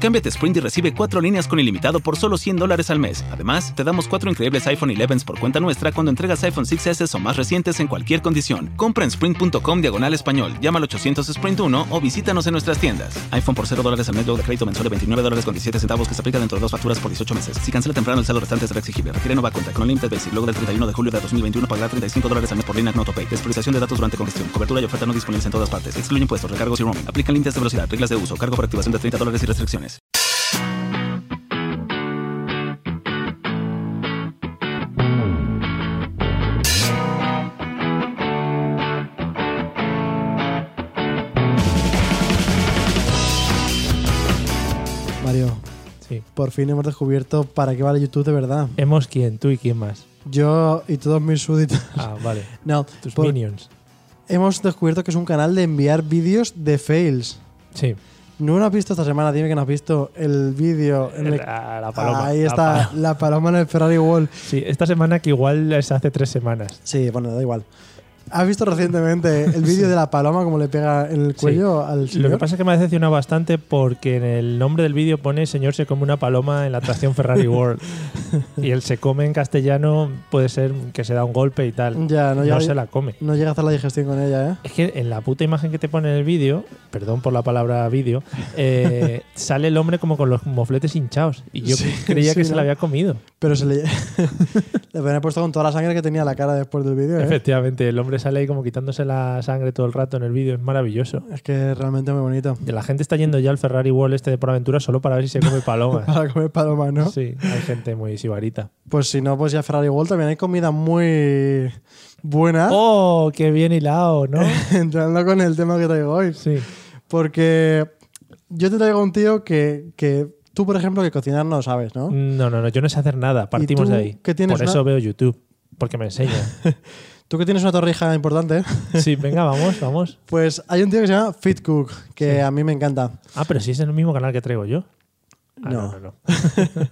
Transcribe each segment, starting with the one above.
Cámbiate a Sprint y recibe cuatro líneas con ilimitado por solo 100 dólares al mes. Además, te damos cuatro increíbles iPhone 11s por cuenta nuestra cuando entregas iPhone 6s o más recientes en cualquier condición. Compra en sprint.com diagonal español, llama al 800 Sprint 1 o visítanos en nuestras tiendas. iPhone por 0 dólares al mes luego de crédito mensual de 29 dólares con 17 centavos que se aplica dentro de dos facturas por 18 meses. Si cancela temprano, el saldo restante será exigible. Requiere nueva cuenta con Limited Basic. Luego del 31 de julio de 2021 pagará 35 dólares al mes por línea AutoPay. Despreciación de datos durante congestión. Cobertura y oferta no disponibles en todas partes. Excluye impuestos, recargos y roaming. Aplican límites de velocidad, reglas de uso, cargo por activación de 30 dólares y restricciones. Mario, Sí. por fin hemos descubierto para qué vale YouTube de verdad. Hemos quién, tú y quién más. Yo y todos mis súbditos. Ah, vale. No, Tus por- minions. hemos descubierto que es un canal de enviar vídeos de fails. Sí. No lo has visto esta semana, dime que no has visto el vídeo en el- La, la paloma. Ahí la está, paloma. la paloma en el Ferrari Wall. Sí, esta semana que igual es hace tres semanas. Sí, bueno, da igual. ¿Has visto recientemente el vídeo de la paloma como le pega en el cuello al Lo señor? que pasa es que me ha decepcionado bastante porque en el nombre del vídeo pone señor se come una paloma en la atracción Ferrari World. y el se come en castellano puede ser que se da un golpe y tal. Ya, no, no llega, se la come. no llega a hacer la digestión con ella, ¿eh? Es que en la puta imagen que te pone en el vídeo, perdón por la palabra vídeo, eh, sale el hombre como con los mofletes hinchados. Y yo Sí, creía sí, que ¿no? se la había comido. Pero se le. le habían puesto con toda la sangre que tenía la cara después del vídeo, ¿eh? Efectivamente, el hombre sale ahí como quitándose la sangre todo el rato en el vídeo, es maravilloso. Es que es realmente muy bonito. Y La gente está yendo ya al Ferrari Wall este de por aventura solo para ver si se come palomas. Para comer paloma, ¿no? Sí, hay gente muy sibarita. Pues si no, pues ya Ferrari World también hay comida muy buena. ¡Oh, qué bien hilado, ¿no? Entrando con el tema que traigo hoy. Sí, Porque yo te traigo un tío que, que tú, por ejemplo, que cocinar no sabes, ¿no? no, no, no, yo no sé hacer nada, partimos tú de ahí. qué tienes, por eso veo YouTube, porque me enseña. Tú que tienes una torrija importante, Sí, venga, vamos, vamos. pues hay un tío que se llama Fitcook, que a mí me encanta. Ah, pero sí es el mismo canal que traigo yo. Ah, No. no, no, no.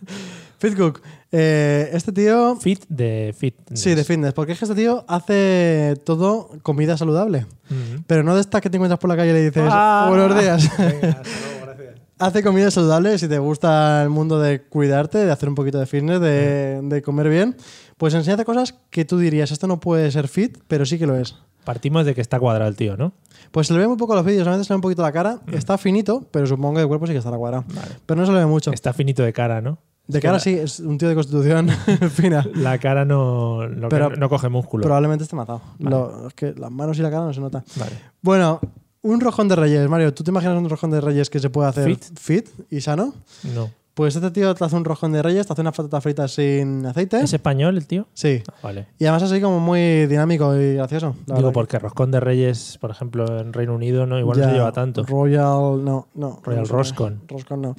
Fitcook, eh, este tío... Fit de fit. Sí, de fitness, porque es que este tío hace todo comida saludable. Mm. Pero no de esta que te encuentras por la calle y le dices, Ah. buenos días. Venga, hasta luego, gracias. Hace comida saludable, si te gusta el mundo de cuidarte, de hacer un poquito de fitness, de, de comer bien, pues enséñate cosas que tú dirías, esto no puede ser fit, pero sí que lo es. Partimos de que está cuadrado el tío, ¿no? Pues se le ve muy poco a los vídeos, solamente se le ve un poquito la cara, Mm. está finito, pero supongo que de cuerpo sí que estará cuadrado. Pero no se le ve mucho. Está finito de cara, ¿no? De cara sí, es un tío de constitución fina. La cara no, no- Pero- no coge músculo. Probablemente esté matado. Lo- es que las manos y la cara no se nota. Vale. Bueno, un rojón de reyes, Mario, ¿tú te imaginas un rojón de reyes que se puede hacer Fit. fit y sano? No. Pues este tío te hace un rojón de reyes, te hace una patata frita sin aceite. ¿Es español el tío? Sí. Ah, Vale. Y además así como muy dinámico y gracioso. la Digo, verdad. porque Roscón de Reyes, por ejemplo, en Reino Unido, no, igual no Ya, se lleva tanto. Royal, no, no. Royal No sé. Roscon. Roscon no.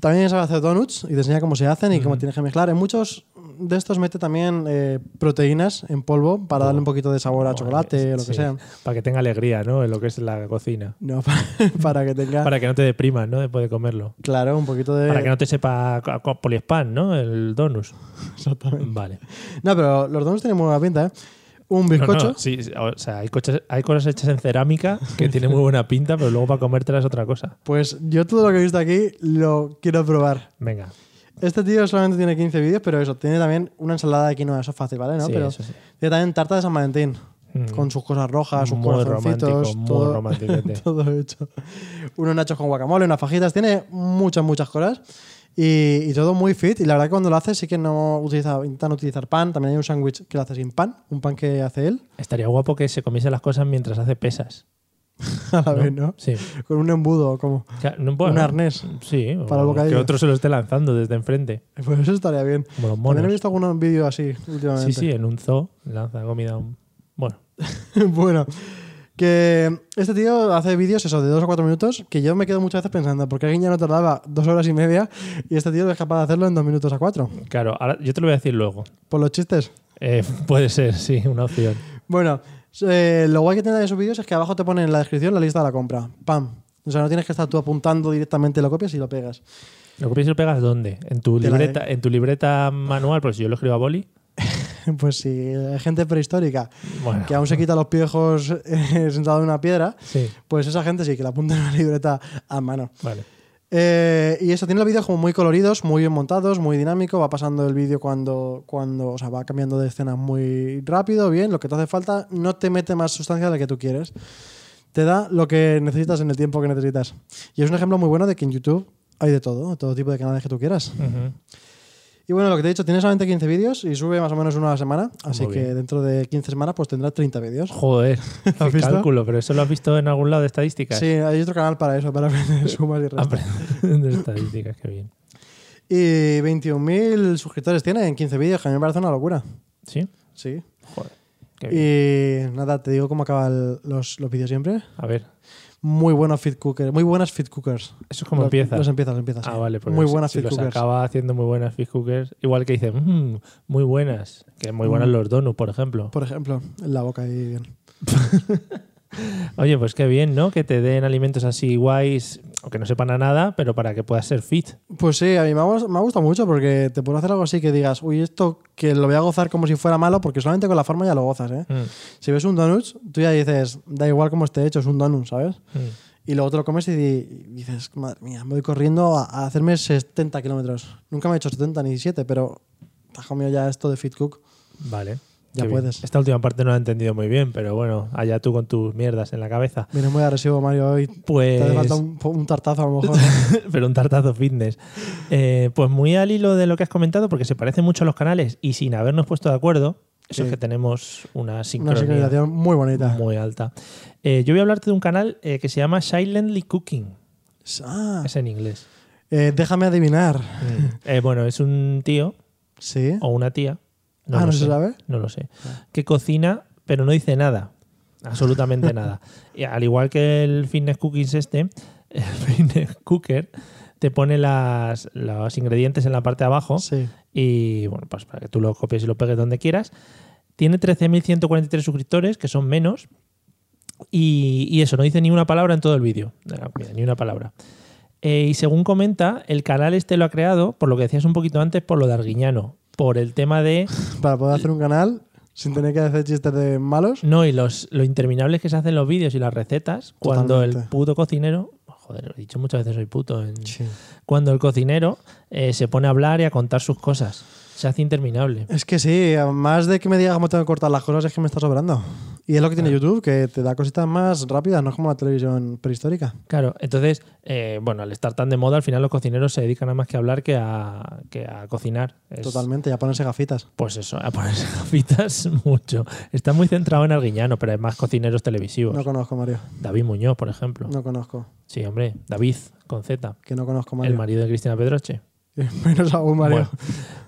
También sabe hacer donuts y te enseña cómo se hacen y cómo tienes que mezclar. En muchos de estos mete también eh, proteínas en polvo para darle un poquito de sabor a chocolate o lo que Oh. Sí, sea. Para que tenga alegría, ¿no? En lo que es la cocina. No, para, para que tenga, Para que no te deprimas, ¿no? Después de comerlo. claro, un poquito de... Para que no te sepa a- a poliespan, ¿no? El donus. Exactamente. Vale. No, pero los donuts tienen muy buena pinta, ¿eh? Un No, bizcocho. no, sí, sí, o sea, hay, coches- hay cosas hechas en cerámica que tienen muy buena pinta, pero luego para comértelas es otra cosa. Pues yo todo lo que he visto aquí lo quiero probar. Venga. Este tío solamente tiene 15 vídeos, pero eso, tiene también una ensalada de quinoa, eso es fácil, ¿vale? ¿No? Sí, pero eso sí. tiene también tarta de San Valentín, Mm. con sus cosas rojas, sus Muy corazoncitos, romántico, muy todo, romantiquete. todo hecho. Unos nachos con guacamole, unas fajitas, tiene muchas, muchas cosas. Y, y todo muy fit. Y la verdad que cuando lo hace sí que no utiliza, intentan utilizar pan. También hay un sándwich que lo hace sin pan, un pan que hace él. Estaría guapo que se comiese las cosas mientras hace pesas. A la vez, ¿no? Sí. Con un embudo o como. O sea, no- bueno, Un arnés. Sí, para el o que bocadillo. otro se lo esté lanzando desde enfrente. Pues eso estaría bien. Como los También he monos. visto algún vídeo así últimamente. Sí, sí, en un zoo lanza comida. a un- Bueno, bueno, que este tío hace vídeos, eso, de dos o cuatro minutos, que yo me quedo muchas veces pensando, porque alguien ya no tardaba dos horas y media y este tío es capaz de hacerlo en dos minutos a cuatro, claro, ahora yo te lo voy a decir luego. por los chistes. Eh, puede ser, sí, una opción. Bueno, eh, lo guay que tiene de sus vídeos es que abajo te ponen en la descripción la lista de la compra. ¡Pam! O sea, no tienes que estar tú apuntando directamente, lo copias y lo pegas. ¿Lo copias y lo pegas dónde? ¿En tu, Te la libreta, en tu libreta manual? Pues yo lo escribo a boli. Pues sí, hay gente prehistórica Bueno, que aún se quita los piejos eh, sentado en una piedra, sí, pues esa gente sí que la apunta en una libreta a mano. vale. Eh, y eso tiene los vídeos como muy coloridos, muy bien montados, muy dinámico. Va pasando el vídeo cuando, cuando, o sea, va cambiando de escena muy rápido, bien, lo que te hace falta. No te mete más sustancia de la que tú quieres. Te da lo que necesitas en el tiempo que necesitas. Y es un ejemplo muy bueno de que en YouTube hay de todo, todo tipo de canales que tú quieras. Ujú. Y bueno, lo que te he dicho, tiene solamente 15 vídeos y sube más o menos uno a la semana. Así Muy que bien. dentro de 15 semanas pues tendrá 30 vídeos. Joder, qué visto? cálculo, pero eso lo has visto en algún lado de estadísticas. Sí, hay otro canal para eso, para aprender sumas y restas. Aprende de estadísticas, qué bien. Y 21.000 suscriptores tiene en 15 vídeos, que a mí me parece una locura. ¿Sí? Sí. Joder, qué bien. Y nada, te digo cómo acaban los, los vídeos siempre. A ver, Muy buenos feed cookers, muy buenas feed cookers. eso es como Los- empieza. Los empiezas, los empiezas. Ah, sí. vale, porque Muy si- buenas si feed los cookers. acaba haciendo muy buenas fish cookers. Igual que dicen, "Mm, muy buenas. Que muy buenas Mm. los donuts, por ejemplo. Por ejemplo, en la boca ahí bien. Oye, pues qué bien, ¿no? Que te den alimentos así guays, aunque no sepan a nada, pero para que puedas ser fit. Pues sí, a mí me ha, gust- me ha gustado mucho porque te puedo hacer algo así que digas, uy, esto que lo voy a gozar como si fuera malo, porque solamente con la forma ya lo gozas, ¿eh? Mm, Si ves un donut, tú ya dices, da igual cómo esté hecho, es un donut, ¿sabes? mm. Y luego te lo comes y, di- y dices, madre mía, me voy corriendo a, a hacerme 70 kilómetros. Nunca me he hecho 70 ni 7, pero te has comido ya esto de Fit Cook. Vale. Ya Qué bien. puedes. Esta última parte no la he entendido muy bien, pero bueno, allá tú con tus mierdas en la cabeza. Vienes muy agresivo, Mario, hoy. Te hace Pues. falta un, un tartazo a lo mejor. pero un tartazo fitness. Eh, pues muy al hilo de lo que has comentado, porque se parecen mucho a los canales y sin habernos puesto de acuerdo, eso es Sí. que tenemos una Una sincronía sincronización muy bonita. muy alta. Eh, yo voy a hablarte de un canal eh, que se llama Silently Cooking, Ah, es en inglés. eh, déjame adivinar. Eh, bueno, es un tío Sí. o una tía. Ah, lo ¿no se sé, sabe? Oh, Ah. No lo sé. Que cocina, pero no dice nada. Absolutamente nada. Y al igual que el fitness cookies este, el fitness cooker te pone las, los ingredientes en la parte de abajo Sí. y bueno, pues para que tú lo copies y lo pegues donde quieras. Tiene 13.143 suscriptores, que son menos. Y, y eso, no dice ni una palabra en todo el vídeo de la comida, ni una palabra. Eh, y según comenta, el canal este lo ha creado, por lo que decías un poquito antes, por lo de Arguiñano. Por el tema de. Para poder hacer un canal sin tener que hacer chistes de malos. No, y los, lo interminables que se hacen los vídeos y las recetas cuando el Totalmente. puto cocinero. Joder, lo he dicho muchas veces, soy puto. en- cuando el cocinero eh, se pone a hablar y a contar sus cosas. Se hace interminable. Es que sí, más de que me digas cómo tengo que cortar las cosas, es que me está sobrando. Y es lo que tiene YouTube, que te da cositas más rápidas, no es como la televisión prehistórica. Claro, entonces, eh, bueno, al estar tan de moda, al final los cocineros se dedican a más que a hablar que a, que a cocinar. Es- Totalmente, ya ponerse gafitas. Pues eso, a ponerse gafitas mucho. Está muy centrado en Arguiñano, pero hay más cocineros televisivos. No conozco, Mario. David Muñoz, por ejemplo. No conozco. Sí, hombre, David, con Z. Que no conozco, El Mario. marido de Cristina Pedroche. Menos aún, Mario. Bueno,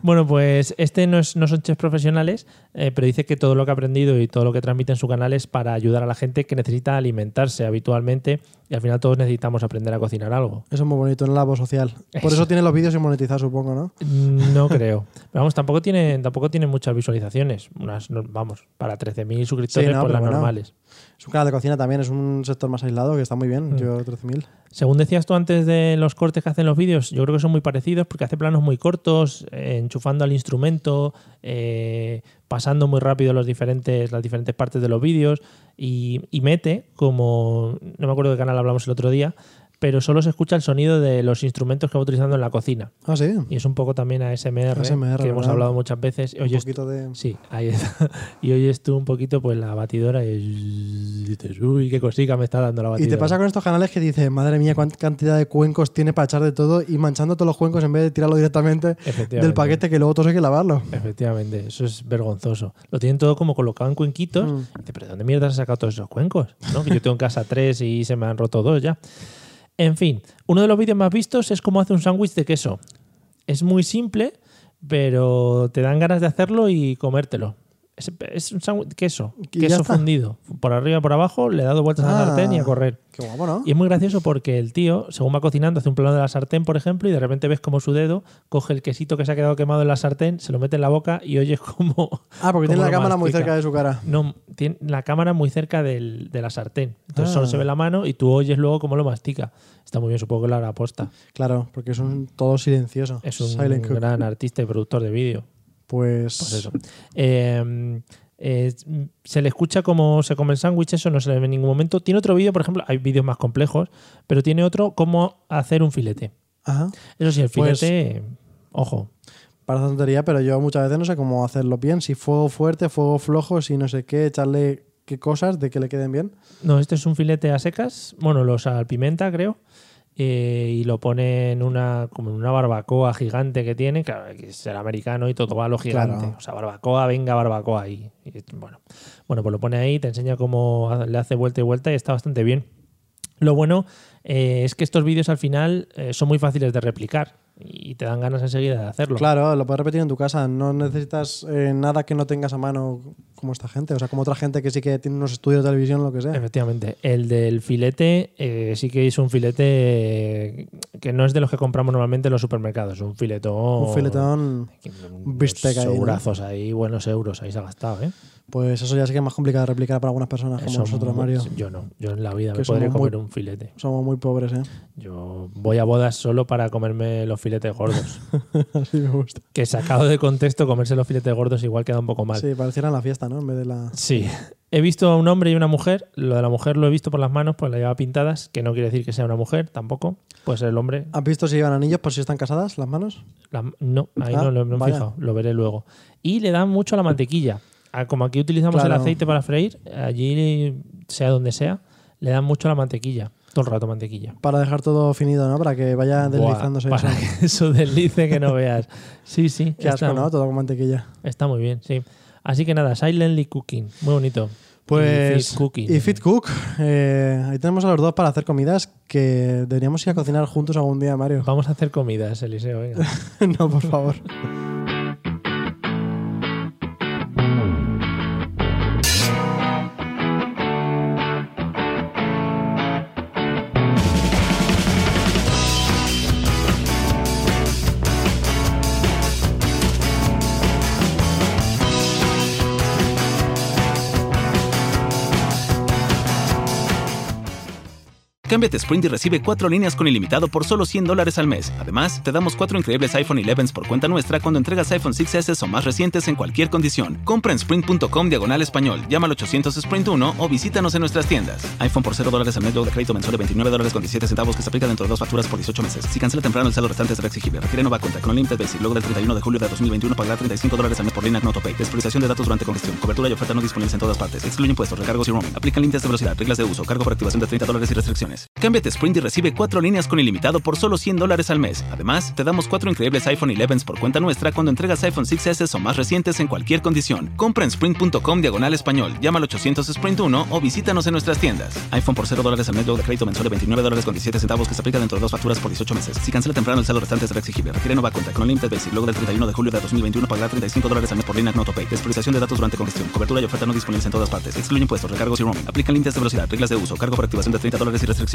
Bueno, pues este no, es- no son chefs profesionales, eh, pero dice que todo lo que ha aprendido y todo lo que transmite en su canal es para ayudar a la gente que necesita alimentarse habitualmente y al final todos necesitamos aprender a cocinar algo. Eso es muy bonito, en el labo social. Por eso tiene los vídeos sin monetizar, supongo, ¿no? Mm, No creo. Pero vamos, tampoco tiene, tampoco tiene muchas visualizaciones. Unas, no- vamos, para 13.000 suscriptores Sí, no, por pero las bueno. normales. Es un canal de cocina también, es un sector más aislado que está muy bien. Mm. Yo 13.000. Según decías tú antes de los cortes que hacen los vídeos, yo creo que son muy parecidos porque hace planos muy cortos, eh, enchufando al instrumento, eh, pasando muy rápido los diferentes, las diferentes partes de los vídeos y, y mete, como no me acuerdo de qué canal hablamos el otro día, pero solo se escucha el sonido de los instrumentos que va utilizando en la cocina. Ah, sí. Y es un poco también ASMR, ASMR, que hemos ¿verdad? hablado muchas veces. un Oye, esto- poquito de... Sí, ahí está. Y oyes tú un poquito pues la batidora y dices, uy, qué cosica me está dando la Y batidora. te pasa con estos canales que dices, madre mía, cuánta cantidad de cuencos tiene para echar de todo y manchando todos los cuencos en vez de tirarlo directamente Efectivamente. del paquete que luego todos hay que lavarlo. Efectivamente, eso es vergonzoso. Lo tienen todo como colocado en cuenquitos. Mm. Dice, pero ¿dónde mierda has sacado todos esos cuencos? ¿No? Que yo tengo en casa tres y se me han roto dos ya. En fin, uno de los vídeos más vistos es cómo hace un sándwich de queso. Es muy simple, pero te dan ganas de hacerlo y comértelo. Es, es un sándwich de queso, Y ya queso está. fundido. Por arriba, por abajo, le he dado vueltas a la Ah. sartén y a correr. Qué guapo, ¿no? Y es muy gracioso porque el tío, según va cocinando, hace un plano de la sartén, por ejemplo, y de repente ves como su dedo coge el quesito que se ha quedado quemado en la sartén, se lo mete en la boca y oyes como. Ah, porque tiene como la lo cámara muy mastica. cerca de su cara. No, tiene la cámara muy cerca del- de la sartén. Entonces Ah. solo se ve la mano y tú oyes luego cómo lo mastica. Está muy bien, supongo que lo hará aposta. Claro, porque es un todo silencioso. Es un Silent cook. gran artista y productor de vídeo. Pues, Pues eso. Eh, eh, se le escucha cómo se come el sándwich, eso no se le ve en ningún momento. Tiene otro vídeo, por ejemplo, hay vídeos más complejos, pero tiene otro cómo hacer un filete. Ajá. Eso sí, el Pues- filete, ojo. Parece tontería, pero yo muchas veces no sé cómo hacerlo bien. Si fuego fuerte, fuego flojo, si no sé qué, echarle qué cosas de que le queden bien. No, este es un filete a secas, bueno, lo salpimenta, creo, eh, y lo pone en una, como en una barbacoa gigante que tiene, claro, que es el americano y todo va a lo gigante. Claro. O sea, barbacoa, venga, barbacoa ahí. Y, bueno. bueno, pues lo pone ahí, te enseña cómo ha- le hace vuelta y vuelta y está bastante bien. Lo bueno eh, es que estos vídeos al final eh, son muy fáciles de replicar y te dan ganas enseguida de hacerlo. Claro, lo puedes repetir en tu casa. No necesitas eh, nada que no tengas a mano como esta gente. O sea, como otra gente que sí que tiene unos estudios de televisión, lo que sea. Efectivamente. El del filete eh, sí que es un filete eh, que no es de los que compramos normalmente en los supermercados. Un filetón. Un filetón, que- un bistec ahí, ¿no? Segurazos ahí, buenos euros, ahí se ha gastado, ¿eh? pues eso ya sí que es más complicado de replicar para algunas personas Ah, como Eso nosotros, mu- Mario. Yo no, yo en la vida Que me podría somos muy- comer un filete. Somos muy pobres, ¿eh? Yo voy a bodas solo para comerme los filetes gordos. Así me gusta. que sacado de contexto, comerse los filetes gordos igual queda un poco mal. Sí, pareciera la fiesta, ¿no? En vez de la. Sí. He visto a un hombre y una mujer. Lo de la mujer lo he visto por las manos, pues la lleva pintadas, que no quiere decir que sea una mujer tampoco. Puede ser el hombre, ¿Has visto si llevan anillos por si están casadas las manos? La- no, ahí Ah, no lo no me he vaya. fijado, lo veré luego. Y le dan mucho a la mantequilla. Ah, Como aquí utilizamos el Claro. aceite para freír, allí, sea donde sea, le dan mucho a la mantequilla. Todo el rato mantequilla. Para dejar todo finido, ¿no? Para que vaya Ah, deslizándose. Buah, eso. para que eso deslice que no veas. Sí, sí. Qué asco, está, ¿no? Todo con mantequilla. está muy bien, sí. Así que nada, Silently Cooking. Muy bonito. Pues. Y Fit Cooking. Y Fit Cook. eh, ahí tenemos a los dos para hacer comidas que deberíamos ir a cocinar juntos algún día, Mario. Vamos a hacer comidas, Eliseo. venga. no, por favor. Cámbiate a Sprint y recibe cuatro líneas con ilimitado por solo 100 dólares al mes. Además, te damos cuatro increíbles iPhone 11s por cuenta nuestra cuando entregas iPhone 6s o más recientes en cualquier condición. Compra en sprint.com diagonal español, llama al 800 Sprint 1 o visítanos en nuestras tiendas. iPhone por 0 dólares al mes luego de crédito mensual de 29 dólares con 17 centavos que se aplica dentro de dos facturas por 18 meses. Si cancela temprano, el saldo restante será exigible. Requiere nueva cuenta con Limited Basic luego del 31 de julio de 2021 pagará 35 dólares al mes por línea con autopay. Despreciación de datos durante congestión. Cobertura y oferta no disponibles en todas partes. Excluye impuestos, recargos y roaming. Aplican límites de velocidad, reglas de uso, cargo por activación de 30 dólares y restricciones. Cámbiate a Sprint y recibe cuatro líneas con ilimitado por solo 100 dólares al mes. Además, te damos cuatro increíbles iPhone 11s por cuenta nuestra cuando entregas iPhone 6s o más recientes en cualquier condición. Compra en sprint.com diagonal español, llama al 800 Sprint 1 o visítanos en nuestras tiendas. iPhone por 0 dólares al mes luego de crédito mensual de 29 dólares con 17 centavos que se aplica dentro de dos facturas por 18 meses. Si cancela temprano, el saldo restante será exigible. Requiere nueva cuenta con Limited Basic luego del 31 de julio de 2021 pagará 35 dólares al mes por línea con autopay. Despreciación de datos durante congestión. Cobertura y oferta no disponibles en todas partes. Excluye impuestos, recargos y roaming. Aplican límites de velocidad, reglas de uso, cargo por activación de 30 dólares y restricciones.